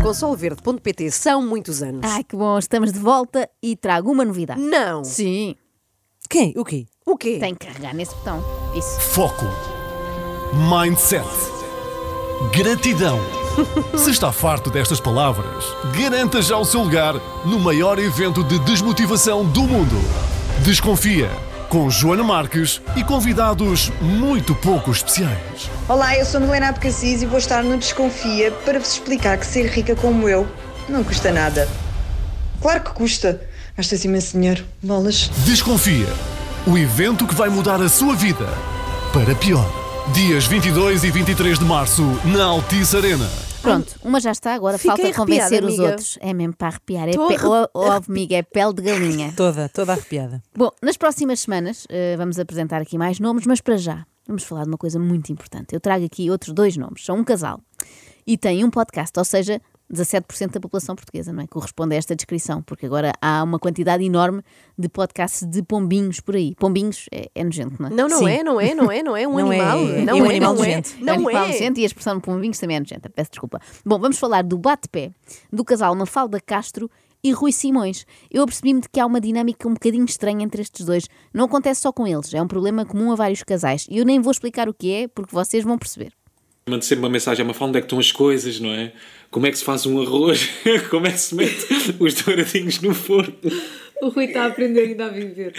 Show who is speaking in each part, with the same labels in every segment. Speaker 1: consoloverde.pt são muitos anos.
Speaker 2: Ai, que bom, estamos de volta e trago uma novidade.
Speaker 1: Não!
Speaker 2: Sim,
Speaker 3: Quem? O quê?
Speaker 1: O quê?
Speaker 2: tem que carregar nesse botão. Isso.
Speaker 4: Foco. Mindset. Gratidão. Se está farto destas palavras, garanta já o seu lugar no maior evento de desmotivação do mundo. Desconfia. Com Joana Marques e convidados muito pouco especiais.
Speaker 5: Olá, eu sou Milena Abcacis e vou estar no Desconfia para vos explicar que ser rica como eu não custa nada. Claro que custa. Gastas imenso dinheiro. Bolas.
Speaker 4: Desconfia. O evento que vai mudar a sua vida para pior. Dias 22 e 23 de março, na Altice Arena.
Speaker 2: Pronto, uma já está, agora
Speaker 1: Fiquei
Speaker 2: falta convencer
Speaker 1: arrepiada,
Speaker 2: os
Speaker 1: amiga.
Speaker 2: outros. É mesmo para arrepiar. É
Speaker 1: Tô
Speaker 2: pe...
Speaker 1: arre-
Speaker 2: oh, oh, amiga, é pele de galinha.
Speaker 3: Toda, toda arrepiada.
Speaker 2: Bom, nas próximas semanas eh, vamos apresentar aqui mais nomes, mas para já vamos falar de uma coisa muito importante. Eu trago aqui outros dois nomes. São um casal e têm um podcast, ou seja, 17% da população portuguesa, não é? Corresponde a esta descrição, porque agora há uma quantidade enorme de podcasts de pombinhos por aí. Pombinhos é, é nojento, não é?
Speaker 1: Não, não
Speaker 3: Sim.
Speaker 1: é, não é, não é, não é um
Speaker 3: Não é.
Speaker 1: animal.
Speaker 3: É
Speaker 1: Não
Speaker 3: um
Speaker 1: é,
Speaker 3: animal
Speaker 1: não é.
Speaker 3: nojento.
Speaker 2: É um
Speaker 1: Não
Speaker 2: animal
Speaker 1: é.
Speaker 2: nojento e a expressão de pombinhos também é nojenta, peço desculpa. Bom, vamos falar do bate-pé do casal Mafalda Castro e Rui Simões. Eu apercebi-me de que há uma dinâmica um bocadinho estranha entre estes dois. Não acontece só com eles, é um problema comum a vários casais. E eu nem vou explicar o que é, porque vocês vão perceber.
Speaker 6: Mando sempre uma mensagem a Mafalda onde é que estão as coisas, não é? Como é que se faz um arroz? Como é que se mete os douradinhos no forno?
Speaker 7: O Rui está a aprender ainda a viver.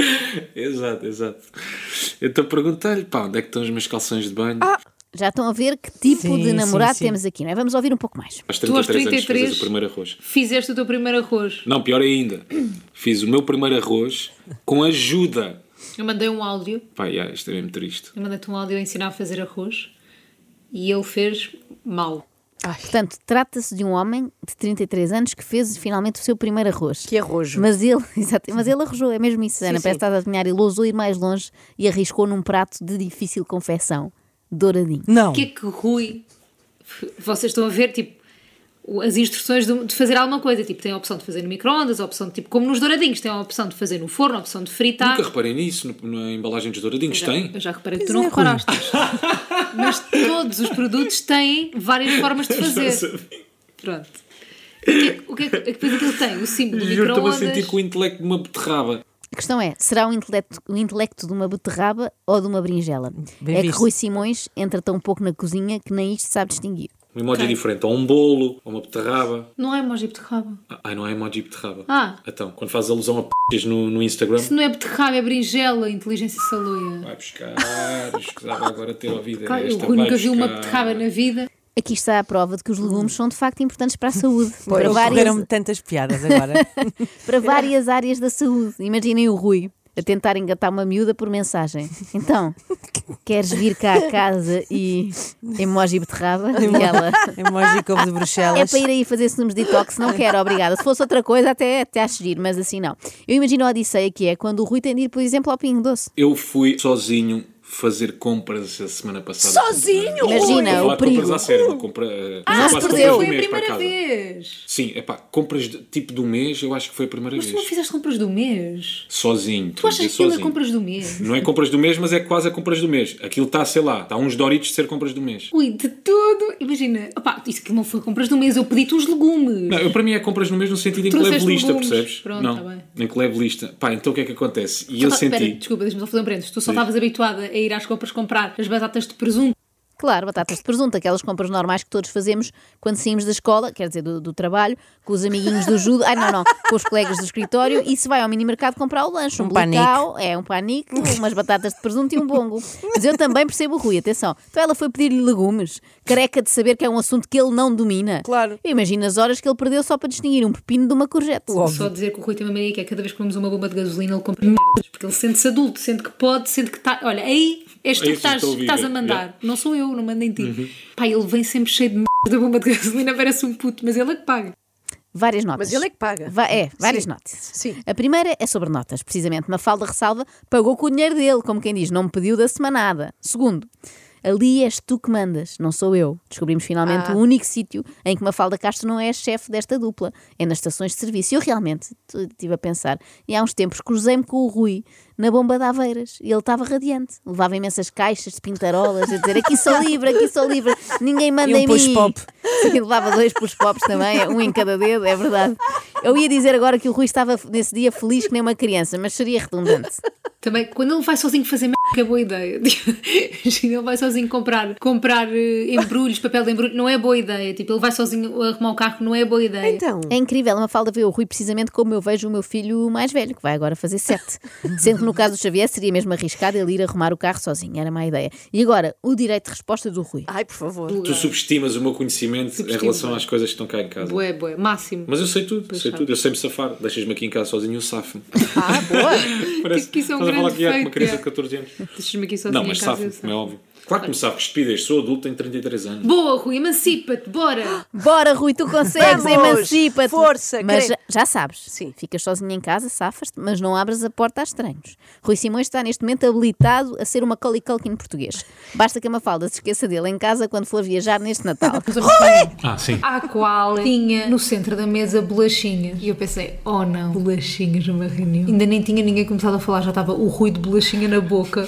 Speaker 6: Exato, exato. Então perguntei-lhe, pá, onde é que estão os meus calções de banho?
Speaker 7: Ah,
Speaker 2: Já estão a ver que tipo
Speaker 3: Sim,
Speaker 2: de
Speaker 3: sim,
Speaker 2: namorado
Speaker 3: sim.
Speaker 2: temos aqui, não é? Vamos ouvir um pouco mais.
Speaker 6: Aos
Speaker 7: Tu aos
Speaker 6: 33 anos fazes
Speaker 7: 33
Speaker 6: o primeiro arroz.
Speaker 7: Fizeste o teu primeiro arroz.
Speaker 6: Não, pior ainda. Fiz o meu primeiro arroz com ajuda.
Speaker 7: Eu mandei um áudio.
Speaker 6: Pá, yeah, isto é mesmo triste.
Speaker 7: Eu mandei-te um áudio a ensinar a fazer arroz. E ele fez mal.
Speaker 2: Portanto, trata-se de um homem de 33 anos que fez finalmente o seu primeiro arroz.
Speaker 1: Que arrojo.
Speaker 2: Mas ele, exato, mas ele arrojou, é mesmo isso, Ana.
Speaker 1: sim.
Speaker 2: Parece que estás a adivinhar. Ele ousou ir mais longe e arriscou num prato de difícil confecção. Douradinho.
Speaker 3: Não.
Speaker 7: O que é que o Rui. Vocês estão a ver, tipo, o- as instruções de, de fazer alguma coisa. Tipo, tem a opção de fazer no micro-ondas, a opção de, tipo, como nos douradinhos, tem a opção de fazer no forno, a opção de fritar.
Speaker 6: Nunca reparei nisso no- na embalagem dos douradinhos,
Speaker 7: Já-
Speaker 6: tem?
Speaker 7: Eu já reparei que
Speaker 3: Pois
Speaker 7: tu não
Speaker 3: é, Rui.
Speaker 7: reparaste. Mas todos os produtos têm várias formas de fazer. Pronto. O que é que, o que, é que, depois aquilo tem? O símbolo do
Speaker 6: Juro, estou-me a
Speaker 7: micro-ondas.
Speaker 6: sentir com o intelecto de uma beterraba.
Speaker 2: A questão é: será o intelecto, o intelecto de uma beterraba ou de uma berinjela?
Speaker 3: Bem
Speaker 2: é que
Speaker 3: visto.
Speaker 2: Rui Simões entra tão pouco na cozinha que nem isto sabe distinguir.
Speaker 6: Um emoji diferente, ou um bolo, ou uma beterraba.
Speaker 7: Não é emoji beterraba.
Speaker 6: Ai, não é emoji beterraba.
Speaker 7: Ah.
Speaker 6: Então, quando faz alusão a p***s no, no Instagram.
Speaker 7: Se não é beterraba, é berinjela, inteligência saloia.
Speaker 6: Vai buscar, escusava agora ter ouvido.
Speaker 7: Claro, eu
Speaker 6: É, esta,
Speaker 7: Rui
Speaker 6: vai
Speaker 7: nunca vi uma
Speaker 6: buscar.
Speaker 7: beterraba na vida.
Speaker 2: Aqui está a prova de que os legumes são de facto importantes para a saúde. para,
Speaker 3: Correram-me
Speaker 2: várias,
Speaker 3: tantas piadas agora.
Speaker 2: para várias áreas da saúde. Imaginem o Rui a tentar engatar uma miúda por mensagem. Então, queres vir cá a casa e emoji beterraba? E ela.
Speaker 3: Emoji couve de
Speaker 2: É
Speaker 3: Bruxelas.
Speaker 2: para ir aí fazer sumos de detox, não quero, obrigada. Se fosse outra coisa, até, até acho giro, mas assim não. Eu imagino a Odisseia que é quando o Rui tem de ir, por exemplo, ao Pingo Doce.
Speaker 6: Eu fui sozinho fazer compras a semana passada.
Speaker 1: Sozinho?
Speaker 2: Imagina,
Speaker 6: Estou
Speaker 2: o
Speaker 6: a falar de compras
Speaker 2: perigo.
Speaker 6: à sério, uma compra, eh,
Speaker 2: Ah,
Speaker 6: quase
Speaker 2: se
Speaker 6: compras
Speaker 2: perdeu.
Speaker 6: do
Speaker 7: Foi É a
Speaker 6: mês para
Speaker 7: primeira
Speaker 6: casa.
Speaker 7: vez.
Speaker 6: Sim, é pá, compras de- tipo do mês, eu acho que foi a primeira
Speaker 7: Mas tu não
Speaker 6: vez.
Speaker 7: fizeste compras do mês?
Speaker 6: Sozinho.
Speaker 7: Tu
Speaker 6: estou a
Speaker 7: achas que
Speaker 6: dizer
Speaker 7: aquilo é
Speaker 6: sozinho.
Speaker 7: compras do mês?
Speaker 6: Não é compras do mês, mas é quase a compras do mês. Aquilo está, sei lá, está uns Doritos de ser compras do mês.
Speaker 7: Ui, de tudo. Imagina. Opá, isso que não foi compras do mês, eu pedi-te os legumes.
Speaker 6: Não, eu, para mim é compras no mês no sentido em que
Speaker 7: Trouxeste
Speaker 6: levo lista,
Speaker 7: legumes.
Speaker 6: percebes?
Speaker 7: Pronto,
Speaker 6: não,
Speaker 7: tá bem.
Speaker 6: em que levo lista. Pá, então o que é que acontece? E eu
Speaker 7: Só-
Speaker 6: senti.
Speaker 7: espera, desculpa, deixa-me só fazer um parênteses. Tu só
Speaker 6: Diz.
Speaker 7: estavas habituada a ir às compras comprar as batatas de presunto.
Speaker 2: Claro, batatas de presunto, aquelas compras normais que todos fazemos quando saímos da escola, quer dizer, do, do trabalho, com os amiguinhos do judo, ai não, não, com os colegas do escritório, e se vai ao minimercado comprar o lanche, um,
Speaker 3: Um panique.
Speaker 2: blacau, é um panique, umas batatas de presunto e um bongo. Mas eu também percebo o Rui, atenção. Então ela foi pedir-lhe legumes, careca de saber que é um assunto que ele não domina.
Speaker 3: Claro.
Speaker 2: Imagina as horas que ele perdeu só para distinguir um pepino de uma courgette.
Speaker 7: Só
Speaker 6: Uhum.
Speaker 7: dizer que o Rui tem uma mania que é cada vez que comemos uma bomba de gasolina ele compra merdas. Porque ele sente-se adulto, sente que pode, sente que está. Olha, aí és tu
Speaker 6: É
Speaker 7: que
Speaker 6: isso que
Speaker 7: estás,
Speaker 6: estou a
Speaker 7: que estás a
Speaker 6: viver,
Speaker 7: mandar.
Speaker 6: yeah. Uhum.
Speaker 7: Não sou eu, não mando em ti. Pá, ele vem sempre cheio de merda da bomba de gasolina, parece um puto, mas ele é que paga.
Speaker 2: Várias notas.
Speaker 1: Mas ele é que paga.
Speaker 2: Va- é, várias
Speaker 1: Sim.
Speaker 2: notas.
Speaker 1: Sim.
Speaker 2: A primeira é sobre notas, precisamente. Mafalda ressalva, pagou com o dinheiro dele, como quem diz, não me pediu da semanada. Segundo, Ali és tu que mandas, não sou eu. Descobrimos finalmente
Speaker 1: Ah.
Speaker 2: o único sítio em que Mafalda Castro não é chefe desta dupla. É nas estações de serviço. E eu realmente t- estive a pensar. E há uns tempos cruzei-me com o Rui na bomba de Aveiras e ele estava radiante. Levava imensas caixas de pintarolas a dizer aqui sou livre, aqui sou livre, ninguém manda
Speaker 3: E um
Speaker 2: em
Speaker 3: push
Speaker 2: mim.
Speaker 3: pop.
Speaker 2: Sim, levava dois push pops também, um em cada dedo, é verdade. Eu ia dizer agora que o Rui estava nesse dia feliz que nem uma criança, mas seria redundante.
Speaker 7: Também, quando ele vai sozinho fazer merda, que é boa ideia. Imagina, ele vai sozinho comprar, comprar eh, embrulhos, papel de embrulho, não é boa ideia. Tipo, ele vai sozinho arrumar o carro, não é boa ideia.
Speaker 1: Então,
Speaker 2: É incrível, uma falda vê o Rui precisamente como eu vejo o meu filho mais velho, que vai agora fazer sete. Sendo que no caso do Xavier seria mesmo arriscado ele ir arrumar o carro sozinho, era má ideia. E agora, o direito de resposta do Rui.
Speaker 1: ai, por favor.
Speaker 6: Tu subestimas o meu conhecimento em
Speaker 7: Subestimo,
Speaker 6: relação
Speaker 7: bué.
Speaker 6: às coisas que estão cá em casa.
Speaker 7: Boé, boé, máximo.
Speaker 6: Mas eu sei tudo, sei
Speaker 7: sabe.
Speaker 6: tudo. Eu sei-me safar. Deixas-me aqui em casa sozinho e eu safo-me.
Speaker 1: Ah, boa.
Speaker 6: Parece
Speaker 7: que isso é um
Speaker 6: estás a falar
Speaker 7: grande
Speaker 6: que é uma
Speaker 7: feito,
Speaker 6: criança
Speaker 7: é.
Speaker 6: de 14 anos.
Speaker 7: Deixas-me aqui sozinho
Speaker 6: Não, mas
Speaker 7: em casa. eu
Speaker 6: safo-me,
Speaker 7: sei.
Speaker 6: como é óbvio. Claro que me safo, espidez. Sou adulto, tenho 33 anos.
Speaker 7: Boa, Rui, emancipa-te, bora!
Speaker 2: Bora, Rui, tu consegues,
Speaker 1: Vamos!
Speaker 2: emancipa-te.
Speaker 1: Força,
Speaker 2: Mas já,
Speaker 1: queremos.
Speaker 2: já sabes,
Speaker 1: Sim.
Speaker 2: ficas sozinho em casa, safas-te, mas não abras a porta a estranhos. Rui Simões está neste momento habilitado a ser uma Macaulay Culkin português. Basta que a Mafalda se esqueça dele em casa quando for viajar neste Natal.
Speaker 6: Ah, sim.
Speaker 7: À qual tinha no centro da mesa bolachinhas. E eu pensei, oh não, bolachinhas numa reunião. Ainda nem tinha ninguém começado a falar, já estava o ruído de bolachinha na boca.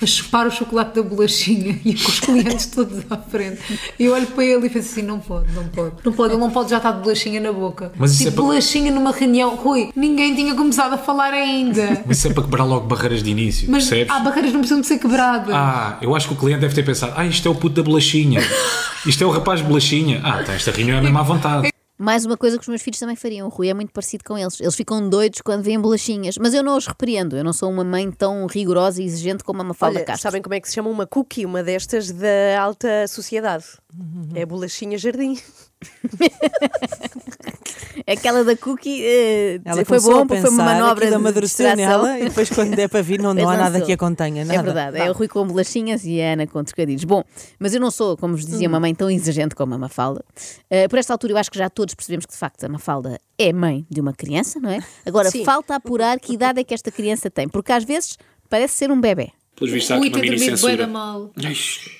Speaker 7: A chupar o chocolate da bolachinha e com os clientes todos à frente. E eu olho para ele e penso assim: não pode, não pode, não pode, ele não pode já estar de bolachinha na boca.
Speaker 6: Mas isso
Speaker 7: tipo,
Speaker 6: é para-
Speaker 7: bolachinha numa reunião. Rui, ninguém tinha começado a falar ainda.
Speaker 6: Mas isso é para quebrar logo barreiras de início,
Speaker 7: Mas há barreiras que não precisam de ser quebradas.
Speaker 6: Ah, eu acho que o cliente deve ter pensado: ah, isto é o puto da bolachinha. Isto é o rapaz de bolachinha. Ah, tá, esta reunião é mesmo à vontade.
Speaker 2: Mais uma coisa que os meus filhos também fariam, o Rui é muito parecido com eles. Eles ficam doidos quando veem bolachinhas, mas eu não os repreendo. Eu não sou uma mãe tão rigorosa e exigente como a Mafalda
Speaker 1: Olha,
Speaker 2: Castro.
Speaker 1: sabem como é que se chama uma cookie, uma destas da alta sociedade? É a bolachinha jardim.
Speaker 2: Aquela da Cookie eh, foi
Speaker 3: Ela começou
Speaker 2: bom
Speaker 3: a
Speaker 2: porque foi
Speaker 3: pensar,
Speaker 2: uma manobra
Speaker 3: aquilo
Speaker 2: de
Speaker 3: amadureceu
Speaker 2: distração.
Speaker 3: nela e depois quando é para vir não, não há
Speaker 2: Mas
Speaker 3: nada
Speaker 2: sou.
Speaker 3: que a contenha. Nada.
Speaker 2: É verdade, é o Rui com bolachinhas e a Ana com trocadilhos. Bom, mas eu não sou, como vos
Speaker 3: Hum.
Speaker 2: dizia, uma mãe tão exigente como a Mafalda. Eh, por esta altura, eu acho que já todos percebemos que, de facto, a Mafalda é mãe de uma criança, não é? Agora,
Speaker 1: Sim.
Speaker 2: falta apurar que idade é que esta criança tem, porque às vezes parece ser um bebê.
Speaker 6: Pelos vistos, há
Speaker 7: Rui
Speaker 6: aqui uma
Speaker 7: tem
Speaker 6: mini
Speaker 7: dormido
Speaker 6: censura.
Speaker 7: bem mal.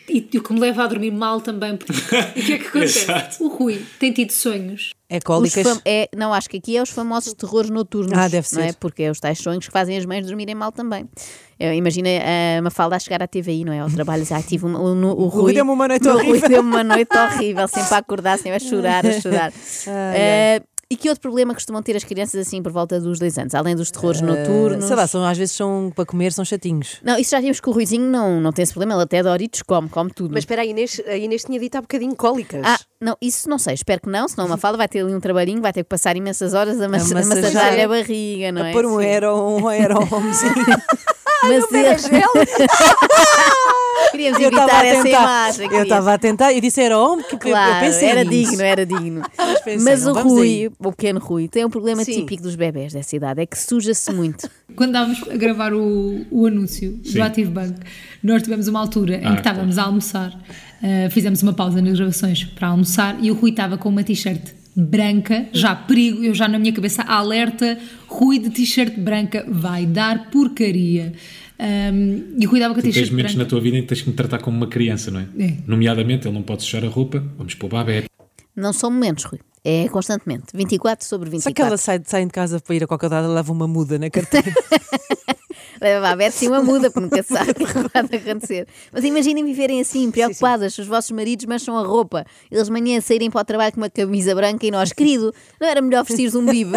Speaker 7: E o que me leva a dormir mal também. porque- E o que é que acontece?
Speaker 6: Exato.
Speaker 7: O Rui tem tido sonhos.
Speaker 3: É
Speaker 2: Os
Speaker 3: cólicas.
Speaker 2: fam- é, não, acho que aqui é os famosos terrores noturnos.
Speaker 3: Ah, deve
Speaker 2: Não é?
Speaker 3: ser.
Speaker 2: Porque é os tais sonhos que fazem as mães dormirem mal também. Eu imagino a Mafalda a chegar à TVI, não é? Ao trabalho, já tive uma- o, o, o Rui.
Speaker 3: deu-me uma noite
Speaker 2: o Rui
Speaker 3: horrível.
Speaker 2: deu-me uma noite horrível, sempre a acordar, sempre a chorar, a chorar. Eh, e que outro problema costumam ter as crianças assim por volta dos dois anos? Além dos
Speaker 3: Ah,
Speaker 2: terrores noturnos.
Speaker 3: eh, Sei lá, são, às vezes são para comer, são chatinhos.
Speaker 2: Não, isso já vimos que o Ruizinho não, não tem esse problema, ele até Doritos come, come tudo.
Speaker 1: Mas espera, a Inês, a Inês tinha dito há bocadinho cólicas.
Speaker 2: Ah, não, isso não sei, espero que não, senão uma fala vai ter ali um trabalhinho, vai ter que passar imensas horas a, mas- a
Speaker 3: massagear.
Speaker 2: massagear a barriga, não é?
Speaker 3: a pôr um
Speaker 2: Sim.
Speaker 3: aero, um aerohomezinho.
Speaker 2: Mas é Queríamos
Speaker 3: eu estava
Speaker 2: evitar
Speaker 3: a
Speaker 2: essa
Speaker 3: tentar.
Speaker 2: imagem.
Speaker 3: eu
Speaker 2: queríamos.
Speaker 3: estava a tentar e disse aerohome que eu
Speaker 2: Claro,
Speaker 3: pensei.
Speaker 2: era
Speaker 3: nisso.
Speaker 2: digno, era digno. Mas,
Speaker 3: pensei, não,
Speaker 2: o
Speaker 3: vamos
Speaker 2: Rui, o pequeno Rui, tem um problema
Speaker 1: Sim.
Speaker 2: típico dos bebés dessa idade, é que suja-se muito.
Speaker 7: Quando estávamos a gravar o, o anúncio do Active Bank, nós tivemos uma altura em
Speaker 6: Ah,
Speaker 7: que estávamos a almoçar, ah, fizemos uma pausa nas gravações para almoçar e o Rui estava com uma t-shirt branca, já perigo, eu já na minha cabeça alerta, Rui de t-shirt branca vai dar porcaria. Ahm, e o Rui estava com a
Speaker 6: Tu tens
Speaker 7: t-shirt
Speaker 6: momentos
Speaker 7: branca.
Speaker 6: na tua vida em que tens que me tratar como uma criança, não é?
Speaker 7: É.
Speaker 6: Nomeadamente, ele não pode sujar a roupa, vamos pôr o babé.
Speaker 2: Não são momentos, Rui. É constantemente. 24 sobre
Speaker 3: Só que ela
Speaker 2: 24.
Speaker 3: sai, sai de casa para ir a qualquer lado, leva uma muda na carteira.
Speaker 2: Leva a Beth sim assim, uma muda, porque nunca se sabe o que é que vai acontecer. Mas imaginem viverem assim, preocupadas, se os vossos maridos mancham a roupa, eles de manhã saírem para o trabalho com uma camisa branca e nós, querido, não era melhor vestir um bibe?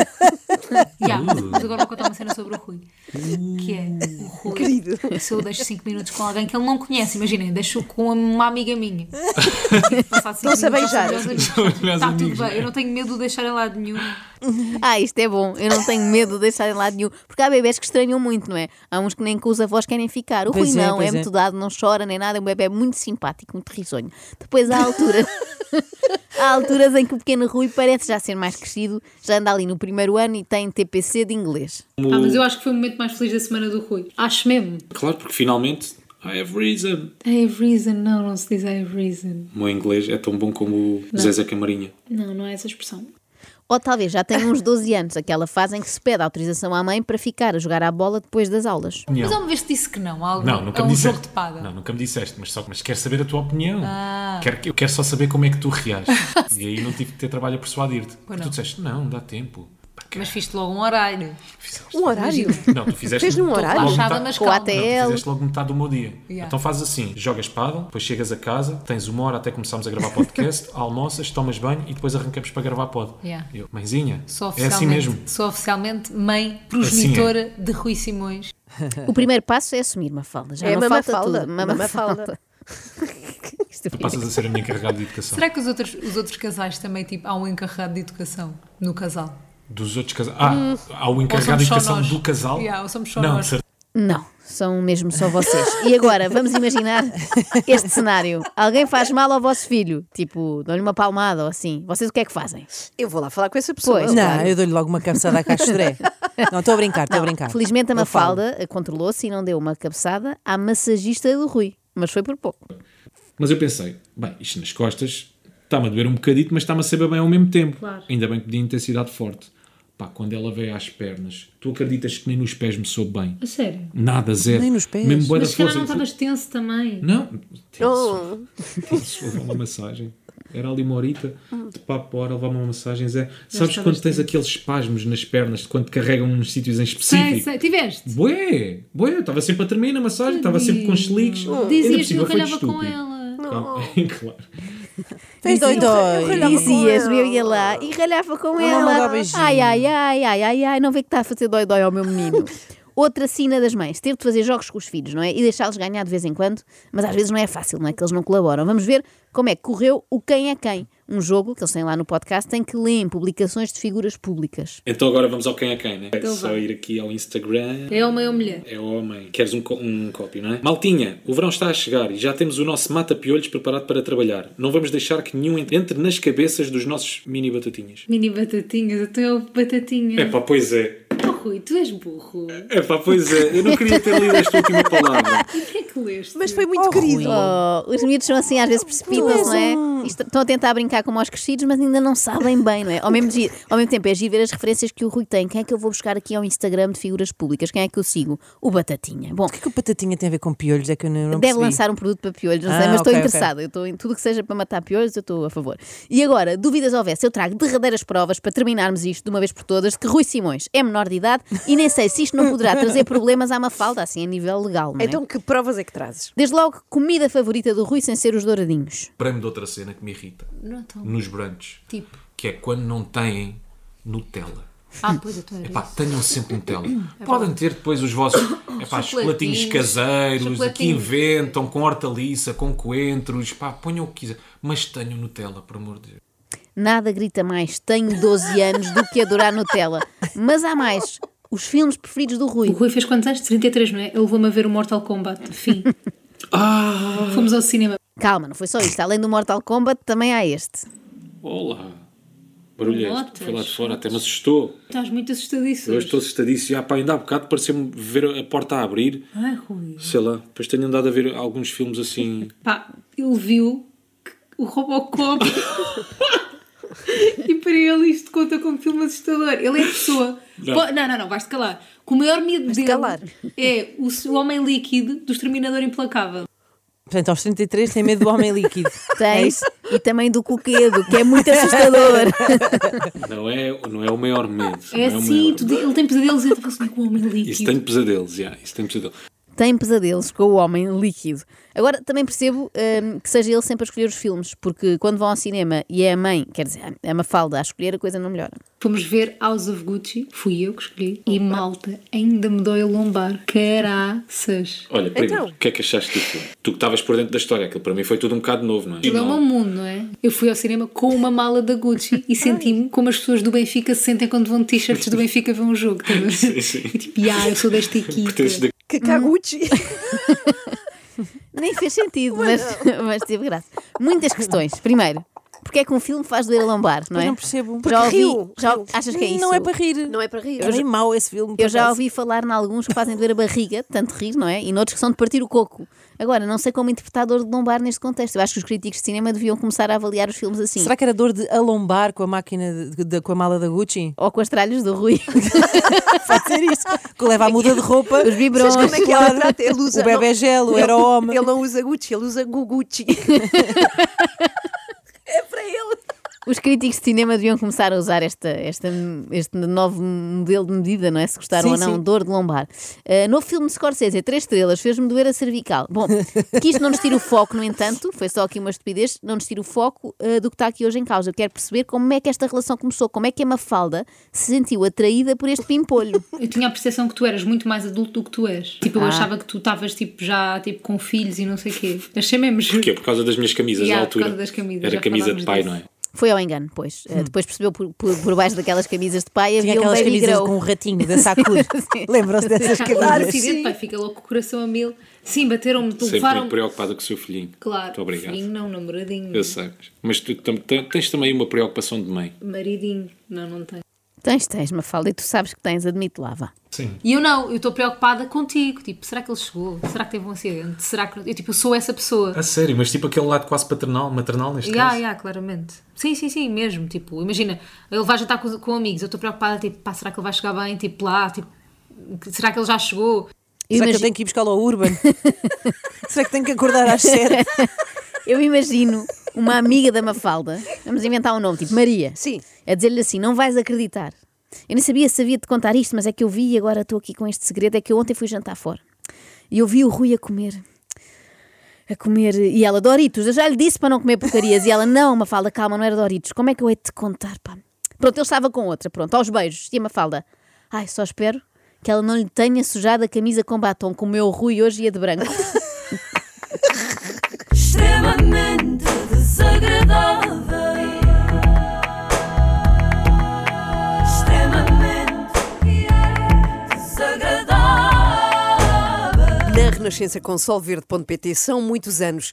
Speaker 7: Yeah, mas agora vou contar uma cena sobre o Rui. Que é o Rui.
Speaker 1: Querido.
Speaker 7: Se eu deixo 5 minutos com alguém que ele não conhece, imaginem, deixo com uma amiga minha. E passar cinco
Speaker 1: Estão-se a
Speaker 7: minutos,
Speaker 1: beijar.
Speaker 7: já são melhores
Speaker 6: São
Speaker 7: amigos.
Speaker 6: melhores
Speaker 7: Está tudo
Speaker 6: amigos,
Speaker 8: é?
Speaker 7: bem, eu não tenho medo de o deixar em lado nenhum.
Speaker 2: Ah, isto é bom, eu não tenho medo de deixar em lado nenhum, porque há bebés que estranham muito, não é? Há uns que nem com os avós querem ficar. O
Speaker 3: Pois
Speaker 2: Rui
Speaker 3: é,
Speaker 2: não, é,
Speaker 3: pois é.
Speaker 2: muito dado, não chora nem nada, é um bebê muito simpático, muito risonho. Depois há alturas. Há alturas em que o pequeno Rui parece já ser mais crescido, já anda ali no primeiro ano e tem TPC de inglês.
Speaker 7: Ah, mas eu acho que foi o momento mais feliz da semana do Rui. Acho mesmo.
Speaker 6: Claro, porque finalmente. I have reason.
Speaker 7: I have reason, não, não se diz I have reason.
Speaker 6: O meu inglês é tão bom como o Zezé Camarinha.
Speaker 7: Não, não é essa expressão.
Speaker 2: Ou talvez já tenha uns 12 anos, aquela fase em que se pede autorização à mãe para ficar a jogar à bola depois das aulas.
Speaker 7: Mas alguma vez te Então, disse que não, algo
Speaker 6: Não, nunca
Speaker 7: a um
Speaker 6: me disseste.
Speaker 7: jogo de paga. Ah.
Speaker 6: Não, nunca me disseste, mas, só, mas quero saber a tua opinião. Quero, que- eu quero só saber como é que tu reages. e aí não tive que ter trabalho a persuadir-te. Porque
Speaker 7: não.
Speaker 6: tu disseste, não, dá tempo. Pá, cara,
Speaker 7: Mas fiz-te logo um horário.
Speaker 6: fizeste.
Speaker 1: Um horário.
Speaker 6: Não, tu fizeste.
Speaker 1: Fez num
Speaker 6: todo-
Speaker 1: horário?
Speaker 6: logo
Speaker 7: Relaxada,
Speaker 6: metade-
Speaker 7: mas
Speaker 2: Com
Speaker 7: calma.
Speaker 2: a ATL.
Speaker 6: Não, tu fizeste logo metade do meu dia.
Speaker 7: Yeah.
Speaker 6: Então fazes assim: jogas paddle, depois chegas a casa, tens uma hora até começarmos a gravar podcast, almoças, tomas banho e depois arrancamos para gravar pod.
Speaker 7: Yeah.
Speaker 6: Eu, mãezinha,
Speaker 7: Sou
Speaker 6: é assim
Speaker 7: oficialmente,
Speaker 6: mesmo.
Speaker 7: sou oficialmente mãe
Speaker 6: Assim é.
Speaker 7: progenitora de Rui Simões.
Speaker 2: O primeiro passo é assumir uma falda. Já
Speaker 1: É
Speaker 2: não falta
Speaker 1: mamafalda,
Speaker 2: tudo.
Speaker 1: mamafalda.
Speaker 2: Mamafalda. Isto é
Speaker 6: Tu
Speaker 2: foi-
Speaker 6: passas a ser a minha encarregada de educação.
Speaker 7: Será que os outros, os outros casais também, tipo, há um encarregado de educação no casal?
Speaker 6: Dos outros casais. Ah, há o encarregado de
Speaker 7: Hum. somos só
Speaker 6: educação
Speaker 7: nós?
Speaker 6: do casal.
Speaker 7: Yeah, ou somos só
Speaker 6: não,
Speaker 7: nós?
Speaker 6: cer-
Speaker 2: Não, são mesmo só vocês. E agora, vamos imaginar este cenário. Alguém faz mal ao vosso filho, tipo, dão-lhe uma palmada ou assim. Vocês o que é que fazem?
Speaker 1: Eu vou lá falar com essa pessoa.
Speaker 2: Pois,
Speaker 1: claro.
Speaker 3: Não, eu dou-lhe logo uma cabeçada à cachoeiré. Não, estou a brincar, estou a
Speaker 2: Não,
Speaker 3: brincar.
Speaker 2: Felizmente a
Speaker 3: Eu falo.
Speaker 2: Mafalda eh, controlou-se e não deu uma cabeçada à massagista do Rui. Mas foi por pouco.
Speaker 6: Mas eu pensei, bem, isto nas costas está-me a doer um bocadito, mas está-me a saber bem ao mesmo tempo. Ainda bem que pedi intensidade forte. Pá, quando ela veio às pernas, tu acreditas que nem nos pés me soube bem?
Speaker 8: A sério.
Speaker 6: Nada, zero.
Speaker 3: Nem nos pés?
Speaker 6: Mesmo boa da
Speaker 8: Mas se calhar
Speaker 6: força.
Speaker 8: não estavas tenso também.
Speaker 6: Não, tenso.
Speaker 1: Oh,
Speaker 6: tenso. Houve uma massagem. Era ali uma horita
Speaker 8: Hum.
Speaker 6: de papo hora, levar uma massagem. Zé. Sabes quando tens aqueles espasmos nas pernas, de quando te carregam nos sítios em
Speaker 7: É,
Speaker 8: Sei,
Speaker 6: específico?
Speaker 8: sei. Tiveste?
Speaker 6: Bué, bué, eu estava sempre a tremer na massagem, estava sempre com cheliques. Ainda por
Speaker 8: Hum. Dizias que
Speaker 6: cima
Speaker 8: eu
Speaker 6: foi de
Speaker 8: calhava com
Speaker 6: estúpido.
Speaker 8: ela.
Speaker 6: Calma, claro.
Speaker 3: Fez dói, dói.
Speaker 2: Dizias, eu ia lá e ralhava com ela.
Speaker 3: mandava beijinho.
Speaker 2: Ai, ai, ai, ai, ai, ai, não vê que está a fazer dói-dói ao meu menino. Outra sina das mães, ter de fazer jogos com os filhos, não é? E deixá-los ganhar de vez em quando, mas às vezes não é fácil, não é? Que eles não colaboram. Vamos ver como é que correu o Quem é Quem, um jogo que eles têm lá no podcast em que leem publicações de figuras públicas.
Speaker 6: Então agora vamos ao quem é quem, né? É
Speaker 8: Então
Speaker 6: só ir aqui ao Instagram.
Speaker 8: É homem ou mulher?
Speaker 6: É homem. Queres um, co- um copy, não é? Maltinha, o verão está a chegar e já temos o nosso mata-piolhos preparado para trabalhar. Não vamos deixar que nenhum ent- entre nas cabeças dos nossos mini batatinhas.
Speaker 8: Mini batatinhas, até eu batatinha.
Speaker 6: Epá, pois é.
Speaker 8: Oh, Rui, tu és burro.
Speaker 6: Epá, pois é. Eu não queria ter lido esta última palavra.
Speaker 8: E
Speaker 7: é
Speaker 8: porquê que leste?
Speaker 1: mas foi muito querido.
Speaker 3: Tá
Speaker 2: Oh, os miúdos são assim, às vezes precipitam-se, não é?
Speaker 3: oh.
Speaker 2: E est- Estão a tentar brincar como aos crescidos, mas ainda não sabem bem, não é? Ao mesmo, gi- ao mesmo tempo, é giro ver as referências que o Rui tem. Quem é que eu vou buscar aqui ao Instagram de figuras públicas? Quem é que eu sigo? O Batatinha. Bom,
Speaker 3: O que o Batatinha tem a ver com piolhos? É que eu não não
Speaker 2: Deve
Speaker 3: percebi.
Speaker 2: lançar um produto para piolhos, não sei,
Speaker 3: Ah,
Speaker 2: mas estou
Speaker 3: ok, ok.
Speaker 2: interessada. Eu estou em tudo que seja para matar piolhos, eu estou a favor. E agora, dúvidas houvesse, eu trago derradeiras provas para terminarmos isto de uma vez por todas de que Rui Simões é menor de idade e nem sei se isto não poderá trazer problemas à Mafalda, assim, a nível legal, não é?
Speaker 1: Então que provas é que trazes?
Speaker 2: Desde logo, comida favorita do Rui sem ser os douradinhos.
Speaker 6: Lembrei-me de outra cena que me irrita.
Speaker 7: Não, então.
Speaker 6: Nos brantes.
Speaker 7: Tipo.
Speaker 6: Que é quando não têm Nutella.
Speaker 7: Ah, pois eu estou a ver.
Speaker 6: Epá, tenham sempre Nutella. Podem ter depois os vossos epá, chocolatinhos caseiros, que
Speaker 7: Chocolatinhos.
Speaker 6: inventam, com hortaliça, com coentros, pá, ponham o que quiser. Mas tenham Nutella, por amor de Deus.
Speaker 2: Nada grita mais, tenho 12 anos, do que adorar Nutella. Mas há mais, os filmes preferidos do
Speaker 8: O
Speaker 2: Rui.
Speaker 8: Rui fez quantos anos? 33, não é? Ele levou-me a ver o Mortal Kombat. Fim.
Speaker 6: Ah.
Speaker 8: Fomos ao cinema.
Speaker 2: Calma, não foi só isto, além do Mortal Kombat, também há este.
Speaker 6: Olá! Barulheste,
Speaker 8: Notas,
Speaker 6: foi lá de fora,
Speaker 8: notas.
Speaker 6: até me assustou.
Speaker 8: Estás muito assustadiço.
Speaker 6: Eu estou assustadíssimo. Ah, pá, ainda há bocado parecia-me ver a porta a abrir.
Speaker 8: Ai, Rui.
Speaker 6: Sei lá, depois tenho andado a ver alguns filmes assim.
Speaker 8: Pá, ele viu que o Robocop. e para ele isto conta como filme assustador. Ele é pessoa.
Speaker 6: Não.
Speaker 8: Não, não, não, vais-te calar. Que o maior medo dele
Speaker 1: calar.
Speaker 8: é o, s- o homem líquido do Exterminador Implacável.
Speaker 3: Portanto, aos 33 tem medo do homem líquido. É
Speaker 2: Tens,
Speaker 3: isso?
Speaker 2: e também do coquedo, que é muito assustador.
Speaker 6: Não é, não é o maior medo.
Speaker 8: É
Speaker 6: não o
Speaker 8: assim,
Speaker 6: maior-
Speaker 8: tu, ele tem pesadelos e ele fala assim com o homem líquido.
Speaker 6: Isso tem pesadelos, já, isso tem pesadelos.
Speaker 2: tem pesadelos com o homem líquido. Agora, também percebo hum, que seja ele sempre a escolher os filmes, porque quando vão ao cinema e é a mãe, quer dizer, é uma falda a escolher, a coisa não melhora.
Speaker 8: Fomos ver House of Gucci, fui eu que escolhi, e malta, ainda me dói a lombar. Caraças.
Speaker 6: Olha, primeiro,
Speaker 1: Então.
Speaker 6: o que é que achaste do filme? Tu que estavas por dentro da história, aquilo para mim foi tudo um bocado novo, não é?
Speaker 8: Aquilo é um
Speaker 6: Não.
Speaker 8: mundo, não é? Eu fui ao cinema com uma mala da Gucci e senti-me como as pessoas do Benfica se sentem quando vão de t-shirts do Benfica ver um jogo. estás a ver?
Speaker 6: Sim, sim.
Speaker 8: E tipo, ah, eu sou desta equipa.
Speaker 6: Pertences da-
Speaker 1: Que caguchi.
Speaker 2: Nem fez sentido, mas, mas teve graça. Muitas questões. Primeiro, porque é que um filme faz doer a lombar, não
Speaker 3: Eu
Speaker 2: é?
Speaker 3: não percebo.
Speaker 2: já ouvi,
Speaker 1: riu,
Speaker 2: já-
Speaker 1: riu.
Speaker 2: achas que é isso?
Speaker 3: Não é para rir.
Speaker 1: Não é para rir.
Speaker 3: É bem mau esse filme. por
Speaker 2: Eu já
Speaker 3: acaso.
Speaker 2: ouvi falar em alguns que fazem doer a barriga, tanto rir, não é? E noutros que são de partir o coco. Agora, não sei como interpretar dor de lombar neste contexto. Eu acho que os críticos de cinema deviam começar a avaliar os filmes assim.
Speaker 3: Será que era dor de alombar com a máquina, de- de- com a mala da Gucci?
Speaker 2: Ou com as tralhas do Rui.
Speaker 3: Fazer isto. Que leva a muda de roupa.
Speaker 2: Os biberons.
Speaker 1: Sabes como é que ela trata? Ele usa-
Speaker 3: o bebê
Speaker 1: não-
Speaker 3: gelo, era homem.
Speaker 1: Ele não usa Gucci, ele usa Guguchi. é para ele.
Speaker 2: Os críticos de cinema deviam começar a usar esta, esta, este novo modelo de medida, não é? Se gostaram
Speaker 3: Sim,
Speaker 2: ou não,
Speaker 3: sim.
Speaker 2: dor de lombar. Uh, no filme de Scorsese, três estrelas, fez-me doer a cervical. Bom, que isto não nos tira o foco, no entanto, foi só aqui uma estupidez, não nos tira o foco uh, do que está aqui hoje em causa. Eu quero perceber como é que esta relação começou, como é que a Mafalda se sentiu atraída por este pimpolho.
Speaker 7: Eu tinha a percepção que tu eras muito mais adulto do que tu és. Tipo, eu
Speaker 2: Ah.
Speaker 7: achava que tu estavas tipo, já tipo, com filhos e não sei o quê. Achei mesmo.
Speaker 6: Porquê? Por causa das minhas camisas
Speaker 7: Yeah,
Speaker 6: da
Speaker 7: por
Speaker 6: altura.
Speaker 7: causa das camisas,
Speaker 6: Era
Speaker 7: já
Speaker 6: camisa
Speaker 7: falámos
Speaker 6: de pai,
Speaker 7: disso.
Speaker 6: não é?
Speaker 2: Foi ao engano, pois. Uh, depois percebeu por, por, por baixo daquelas camisas de pai
Speaker 3: Hum. Tinha
Speaker 2: havia um
Speaker 3: aquelas
Speaker 2: baby
Speaker 3: camisas
Speaker 2: grow.
Speaker 3: com um ratinho da Sakur.
Speaker 2: Sim.
Speaker 3: Lembram-se dessas
Speaker 7: Já claro,
Speaker 3: camisas?
Speaker 7: acidente, pai, fica logo com o coração a mil. Sim, bateram-me,
Speaker 6: Sempre muito
Speaker 7: levaram-me.
Speaker 6: preocupada com o seu filhinho.
Speaker 7: Claro,
Speaker 6: Muito obrigado.
Speaker 7: filhinho não, namoradinho.
Speaker 6: Eu sei. Mas tu tam- tam- tens também uma preocupação de mãe.
Speaker 7: Maridinho. Não, não tem.
Speaker 2: Tens, tens, Mafalda, e tu sabes que tens, admite lá, vá.
Speaker 6: Sim.
Speaker 7: E eu não, eu estou preocupada contigo. Tipo, será que ele chegou? Será que teve um acidente? Será que. não- Eu, tipo, eu sou essa pessoa.
Speaker 6: A sério, mas tipo aquele lado quase paternal, maternal neste
Speaker 7: Ya, ya, claramente. Sim, sim, sim, mesmo. Tipo, imagina, ele vai jantar com, com amigos, eu estou preocupada, tipo, pá, será que ele vai chegar bem? Tipo, lá, tipo, será que ele já chegou?
Speaker 3: Será que eu
Speaker 2: Imagina-
Speaker 3: tenho que ir buscar ao Urban? Será que tenho que acordar às sete?
Speaker 2: Eu imagino uma amiga da Mafalda, vamos inventar um nome, tipo Maria,
Speaker 1: Sim.
Speaker 2: a dizer-lhe assim: não vais acreditar. Eu nem sabia se havia de contar isto, mas é que eu vi e agora estou aqui com este segredo. É que eu ontem fui jantar fora e eu vi o Rui a comer. A comer. E ela, Doritos, eu já lhe disse para não comer porcarias. E ela, não, Mafalda, calma, não era Doritos. Como é que eu hei de te contar, pá? Pronto, ele estava com outra, pronto, aos beijos. E a Mafalda, ai, só espero que ela não lhe tenha sujado a camisa com batom, como eu, o Rui, hoje ia de branco.
Speaker 9: extremamente desagradável. Extremamente desagradável.
Speaker 10: Na Renascença com solverde.pt são muitos anos